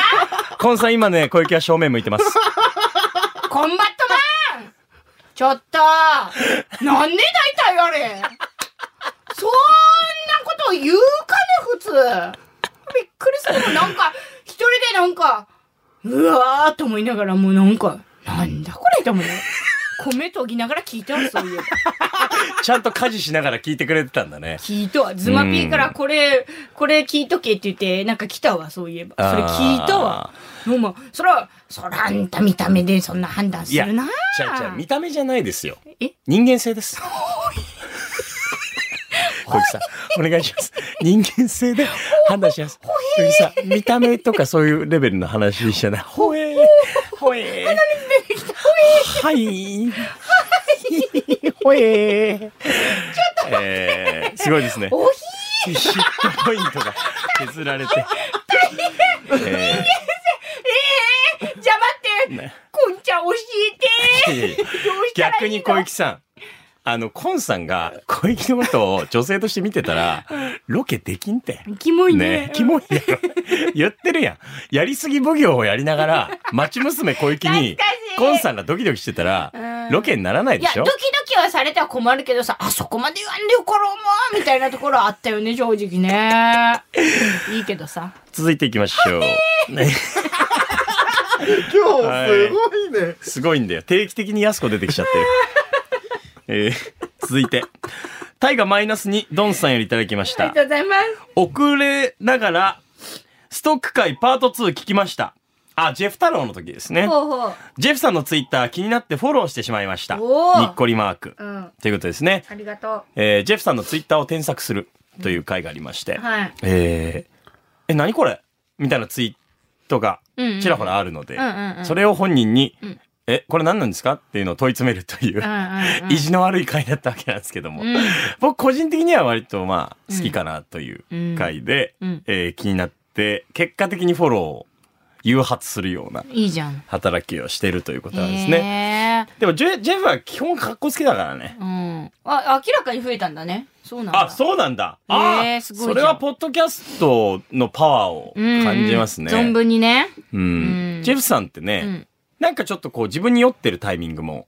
コンさん今ね、小雪は正面向いてます。
コンバットマンちょっとなんで大体あれそんなこと言うかね普通びっくりするなんか一人でなんかうわーと思いながらもうなんかなんだこれと思う米研ぎながら聞いたわそういう
ちゃんと家事しながら聞いてくれてたんだね。
聞いたわズマピーからこれこれ聞いとけって言ってなんか来たわそういえばそれ聞いたわもうもうそらそらあんた見た目でそんな判断す
いや、
る
ち
な
ゃうちゃう、見た目じゃないですよ。
え
人間性 です。小木さん、お願いします。人間性で判断します。小木さん、見た目とかそういうレベルの話じゃない。ほえー、ほえー。はい。ほえー。ちょっとえー、すごいですね。
おひ
ヒットポイントが削られて。 え
ええじゃあ待って、
ね
こんちゃん教
ー
えて
いやいや
どうしたら
逆
いい
に
の
小雪さん。あの、コンさんが小雪のことを女性として見てたら、ロケできんて。
キモいね
ねキモいやろ。言ってるやん。やりすぎ奉行をやりながら、町娘小雪に
懐かし、い
コンさんがドキドキしてたら、ロケにならない
い
で
や
し
ド
ょ
キドキはされては困るけどさあそこまで言わんでよころもみたいなところあったよね正直 ねいいけどさ
続いていきましょう。ね
今日すごいね。
すごいんだよ。定期的に安子出てきちゃって る。えー続いて。タイがマイナスにドンさんよりいただきました。
とうございます
遅れながら、ストック会パート2聞きました。あ、ジェフ太郎の時ですね。
ほうほう
ジェフさんのツイッター気になってフォローしてしまいました。に
おー
っこりマーク。
うん
ということですね。
ありがと
えージェフさんのツイッターを添削するという回がありまして。
うはい
えーえ、何これみたいなツイートが
うんうん
ちらほらあるので、
うんうんうん
それを本人に、
ん
え、これ何なんですかっていうのを問い詰めるという、
うんうんうん
意地の悪い回だったわけなんですけども、
うん
僕個人的には割とまあ好きかなという回で、
うんうん
えー気になって結果的にフォローを誘発するようない
いじゃん
働きをしているということなんですね。
ね
でもジェジェフは基本格好つけだからね。
うんあ明らかに増えたんだねそうなんだ
あ、そうなんだ。あー
へーすごいじゃん
それはポッドキャストのパワーを
うんうん
感じますね。
存分にね
うん
うん
ジェフさんってね、
うん
なんかちょっとこう自分に酔ってるタイミングも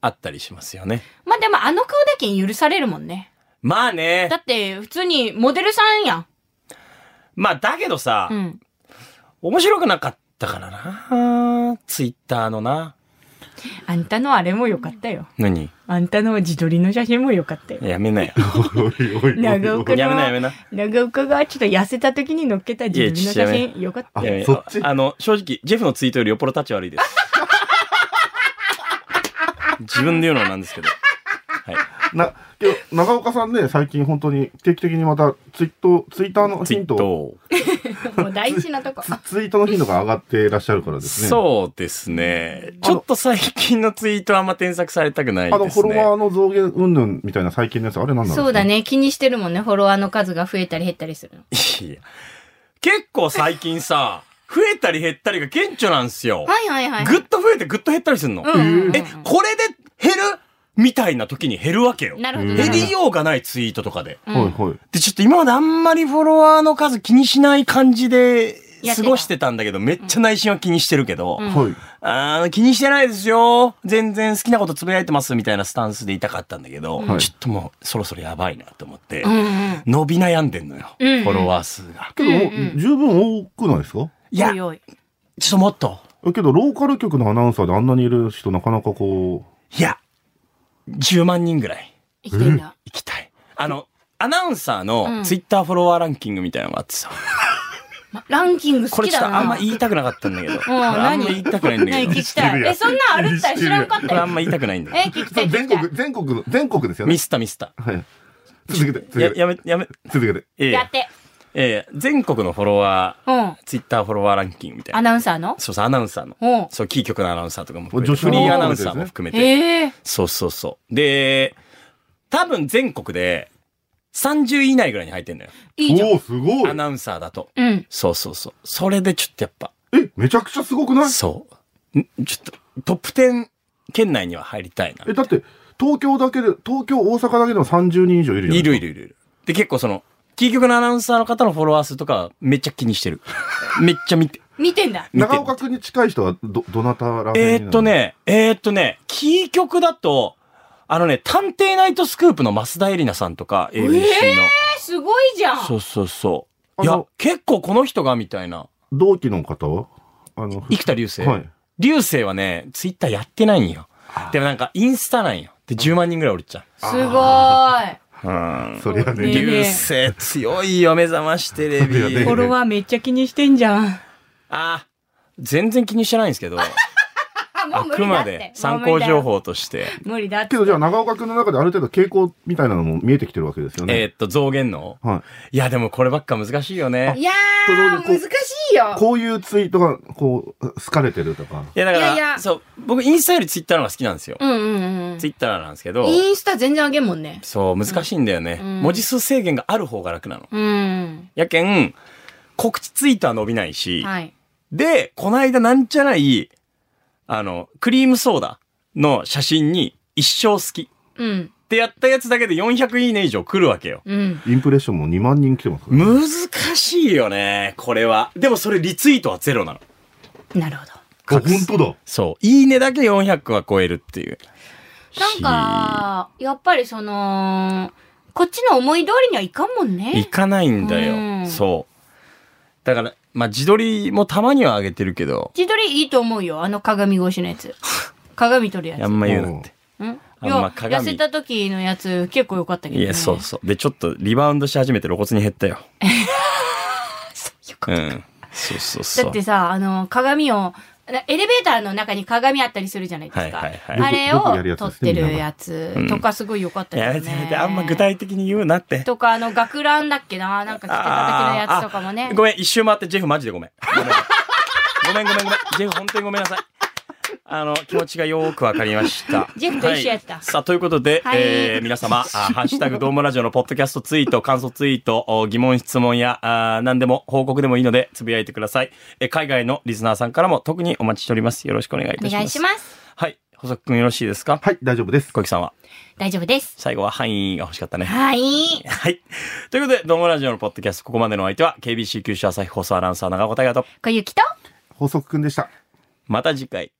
あったりしますよね。
まあでもあの顔だけ許されるもんね
まあね
だ。って普通にモデルさんやん
まあだけどさ、
うん
面白くなかったからな。ツイッターのな。
あんたのあれも良かったよ。
何
あんたの自撮りの写真も良かったよ。
やめなよ。
長岡
やめなやめ
の
な、
長岡がちょっと痩せた時に乗っけた自撮りの写
いやちょっ
真、良かった
あ
いやいや
そっち
あの、正直、ジェフのツイートよりよっぽどタッチ悪いです。 自分で言うのもなんですけど。はい。
な、いや長岡さんね、最近本当に定期的にまたツイート、ツイッターの
ツイ
ヒ
ー
ント、
ト。
もう大事なとこ。
ツツイートの頻度が上がってらっしゃるからですね。う。
そうですね。ちょっと最近のツイートはあんま添削されたくない
あの、
です
フォロ
ね。
ワーの増減云々みたいな最近のやつ、あれなんだろう
そうだ。ね。気にしてるもんね。フォロワーの数が増えたり減ったりするの。
いや結構最近さ、 増えたり減ったりが顕著なんですよ。
はいはいはい。
ぐっと増えてぐっと減ったりするの。
うん
え、これで減るみたいな時に減るわけよ。
なるほど。なる
減
ほど
りようがないツイートとかで。
はいはい。
で、ちょっと今まであんまりフォロワーの数気にしない感じで
やって
過
た
ごしてたんだけど、めっちゃ内心は気にしてるけど、
はい。
あー気にしてないですよ。全然好きなことつぶやいてますみたいなスタンスでいたかったんだけど、
はい
ちょっともうそろそろやばいなと思って、
うんうん。
伸び悩んでんのよ、
うんうん
フォロワー数が。
けど、十分多くないですか
いや、
おい
ちょ
おい。
っともっと。
けど、ローカル局のアナウンサーであんなにいる人、なかなかこ
いや、10万人ぐらい
生きてんだ。
行きたい。あの、アナウンサーのツイッターフォロワーランキングみたいなのがあってさ、
まランキング好
これ
き
ちょっ
だ
とあん
な。
ま言いたくなかったんだけど、
う
あ
ん
んま
何
言いたくないんだ
ね
け
え
ど、
聞きたい。え、そんなんあるったら知らんかっ
これ
た
あ
よ。
んま言いたくないんだよ
え、。聞き
う。
た
そ
い。
れ
聞
全
きたい
国、全国の、全国ですよ
ミ
ね。
スったミスった。
はい。続けて、
や
続けて。
やめ、やめ、
続けて。
ええ
やって。
ええ全国のフォロワー、
うん。
ツイッターフォロワーランキングみたい
ア
な。
ナウンサーの
そうそう、アナウンサーの。
うん。
そう、キー局のアナウンサーとかも含めて、
女子
フ
の
リーアナウンサーも含めて。
ええ。
そうそうそう。で、多分全国で30位以内ぐらいに入ってんだよ。
いいじゃん。
おおすご
ア
い
ナウンサーだと。
うん。
そうそうそう。それでちょっとやっぱ、
え、めちゃくちゃすごくない
そう。んちょっと、トップ10圏内には入りたいな
え、。だって、東京だけで、東京、大阪だけでも30人以上いるじゃん。
いるいるいるいる。で、結構その、キー局のアナウンサーの方のフォロワー数とかめっちゃ気にして る。めっちゃ見て。
見てんだ。
見て
長岡君に近い人はど、どなたらへんにな
え
る
ーっと。ね、えーっとね、キー局だと、あのね、探偵ナイトスクープの増田絵里奈さんとか、ABC の。
え、すごいじゃん。
そうそうそう。
あ
いや
の、
結構この人がみたいな。
同期の方はあの、
生田流星。
はい。
流星はね、ツイッターやってないんよ。でもなんか、インスタなんよ。で、10万人ぐらいおるっちゃ
すご
う。うん。
それはね、
いい
流
ね
星強いよ、目覚ましテレビ
いやね。
フォロワーめっちゃ気にしてんじゃん。
あ全然気にしてないん ですけど、あ
もう無理だって
くまで参考情報として、
無理だって
け。どじゃあ長岡君の中である程度傾向みたいなのも見えてきてるわけですよ
え
ね。
ーっと、増減の。
はい。
いや、でもこればっか難しいよね
い。。いやー、難しいよ。
こういうツイートが、こう、好かれてるとか。
いや、だから、
いやいや
そう、僕、インスタよりツイッターの方が好きなんですよ。
うんうんうん
ツ。イッターなんですけど、
インスタ全然あげんもんね。
そう、難しいんだよね、
ん
文字数制限がある方が楽なの。
うん。
やけん、告知ツイートは伸びないし、
はい。
で、こないだなんちゃない、あの、クリームソーダの写真に一生好き
うん。
ってやったやつだけで400いいね以上来るわけよ。
うん。
インプレッションも2万人来てますから。
難しいよね、これは。でもそれリツイートはゼロなの。
なるほど。
あ、本当だ。
そう。いいねだけ400は超えるっていう。
なんか、やっぱりその、こっちの思い通りにはいかんもんね。
行かないんだ
う
よ。
ん
そう。だから、まあ、自撮りもたまには上げてるけど、
自撮りいいと思うよ。あの鏡越しの やつ。鏡撮るやつ。
あんま言うなって。
うんい
あん
や、
ま鏡
痩せた時のやつ結構良かったけど、
い
ね。
や、そうそう。で、ちょっとリバウンドし始めて露骨に減った よ。うん。そうそうそう。
だってさ、あの、鏡を、なエレベーターの中に鏡あったりするじゃないですか。
はいはい
はい
あれ
よくよくやる
を
やつ
撮
で
っ
すね
てるやつとかすごい良かったけど
やめ
ね。
てやめて、あんま具体的に言うなって。
とか、あの、学ランだっけななんか着てた時のやつとかも
あ
ね
ーあ。ごめん、一周回ってジェフマジでごめん。ごめんごめんごめん。ジェフ本当にごめんなさい。あの、気持ちがよーくわかりました。
ジェフと一緒やった
はいさあ、ということで、
はい
えー皆様、あハッシュタグドームラジオのポッドキャストツイート、感想ツイート、お疑問、質問や、あー何でも報告でもいいので、つぶやいてください。えー海外のリスナーさんからも特にお待ちしております。よろしくお願いいたしま
お
す。
願いします。
はい。細くんよろしいですか
はい、大丈夫です。
小木さんは。
大丈夫です。
最後は範囲が欲しかったね。
はい。
はい。ということで、どうもラジオのポッドキャスト、ここまでのお相手は、KBC 九州朝日放送アナウンサー長岡大和と、
小雪と
補足くんでした。
また次回。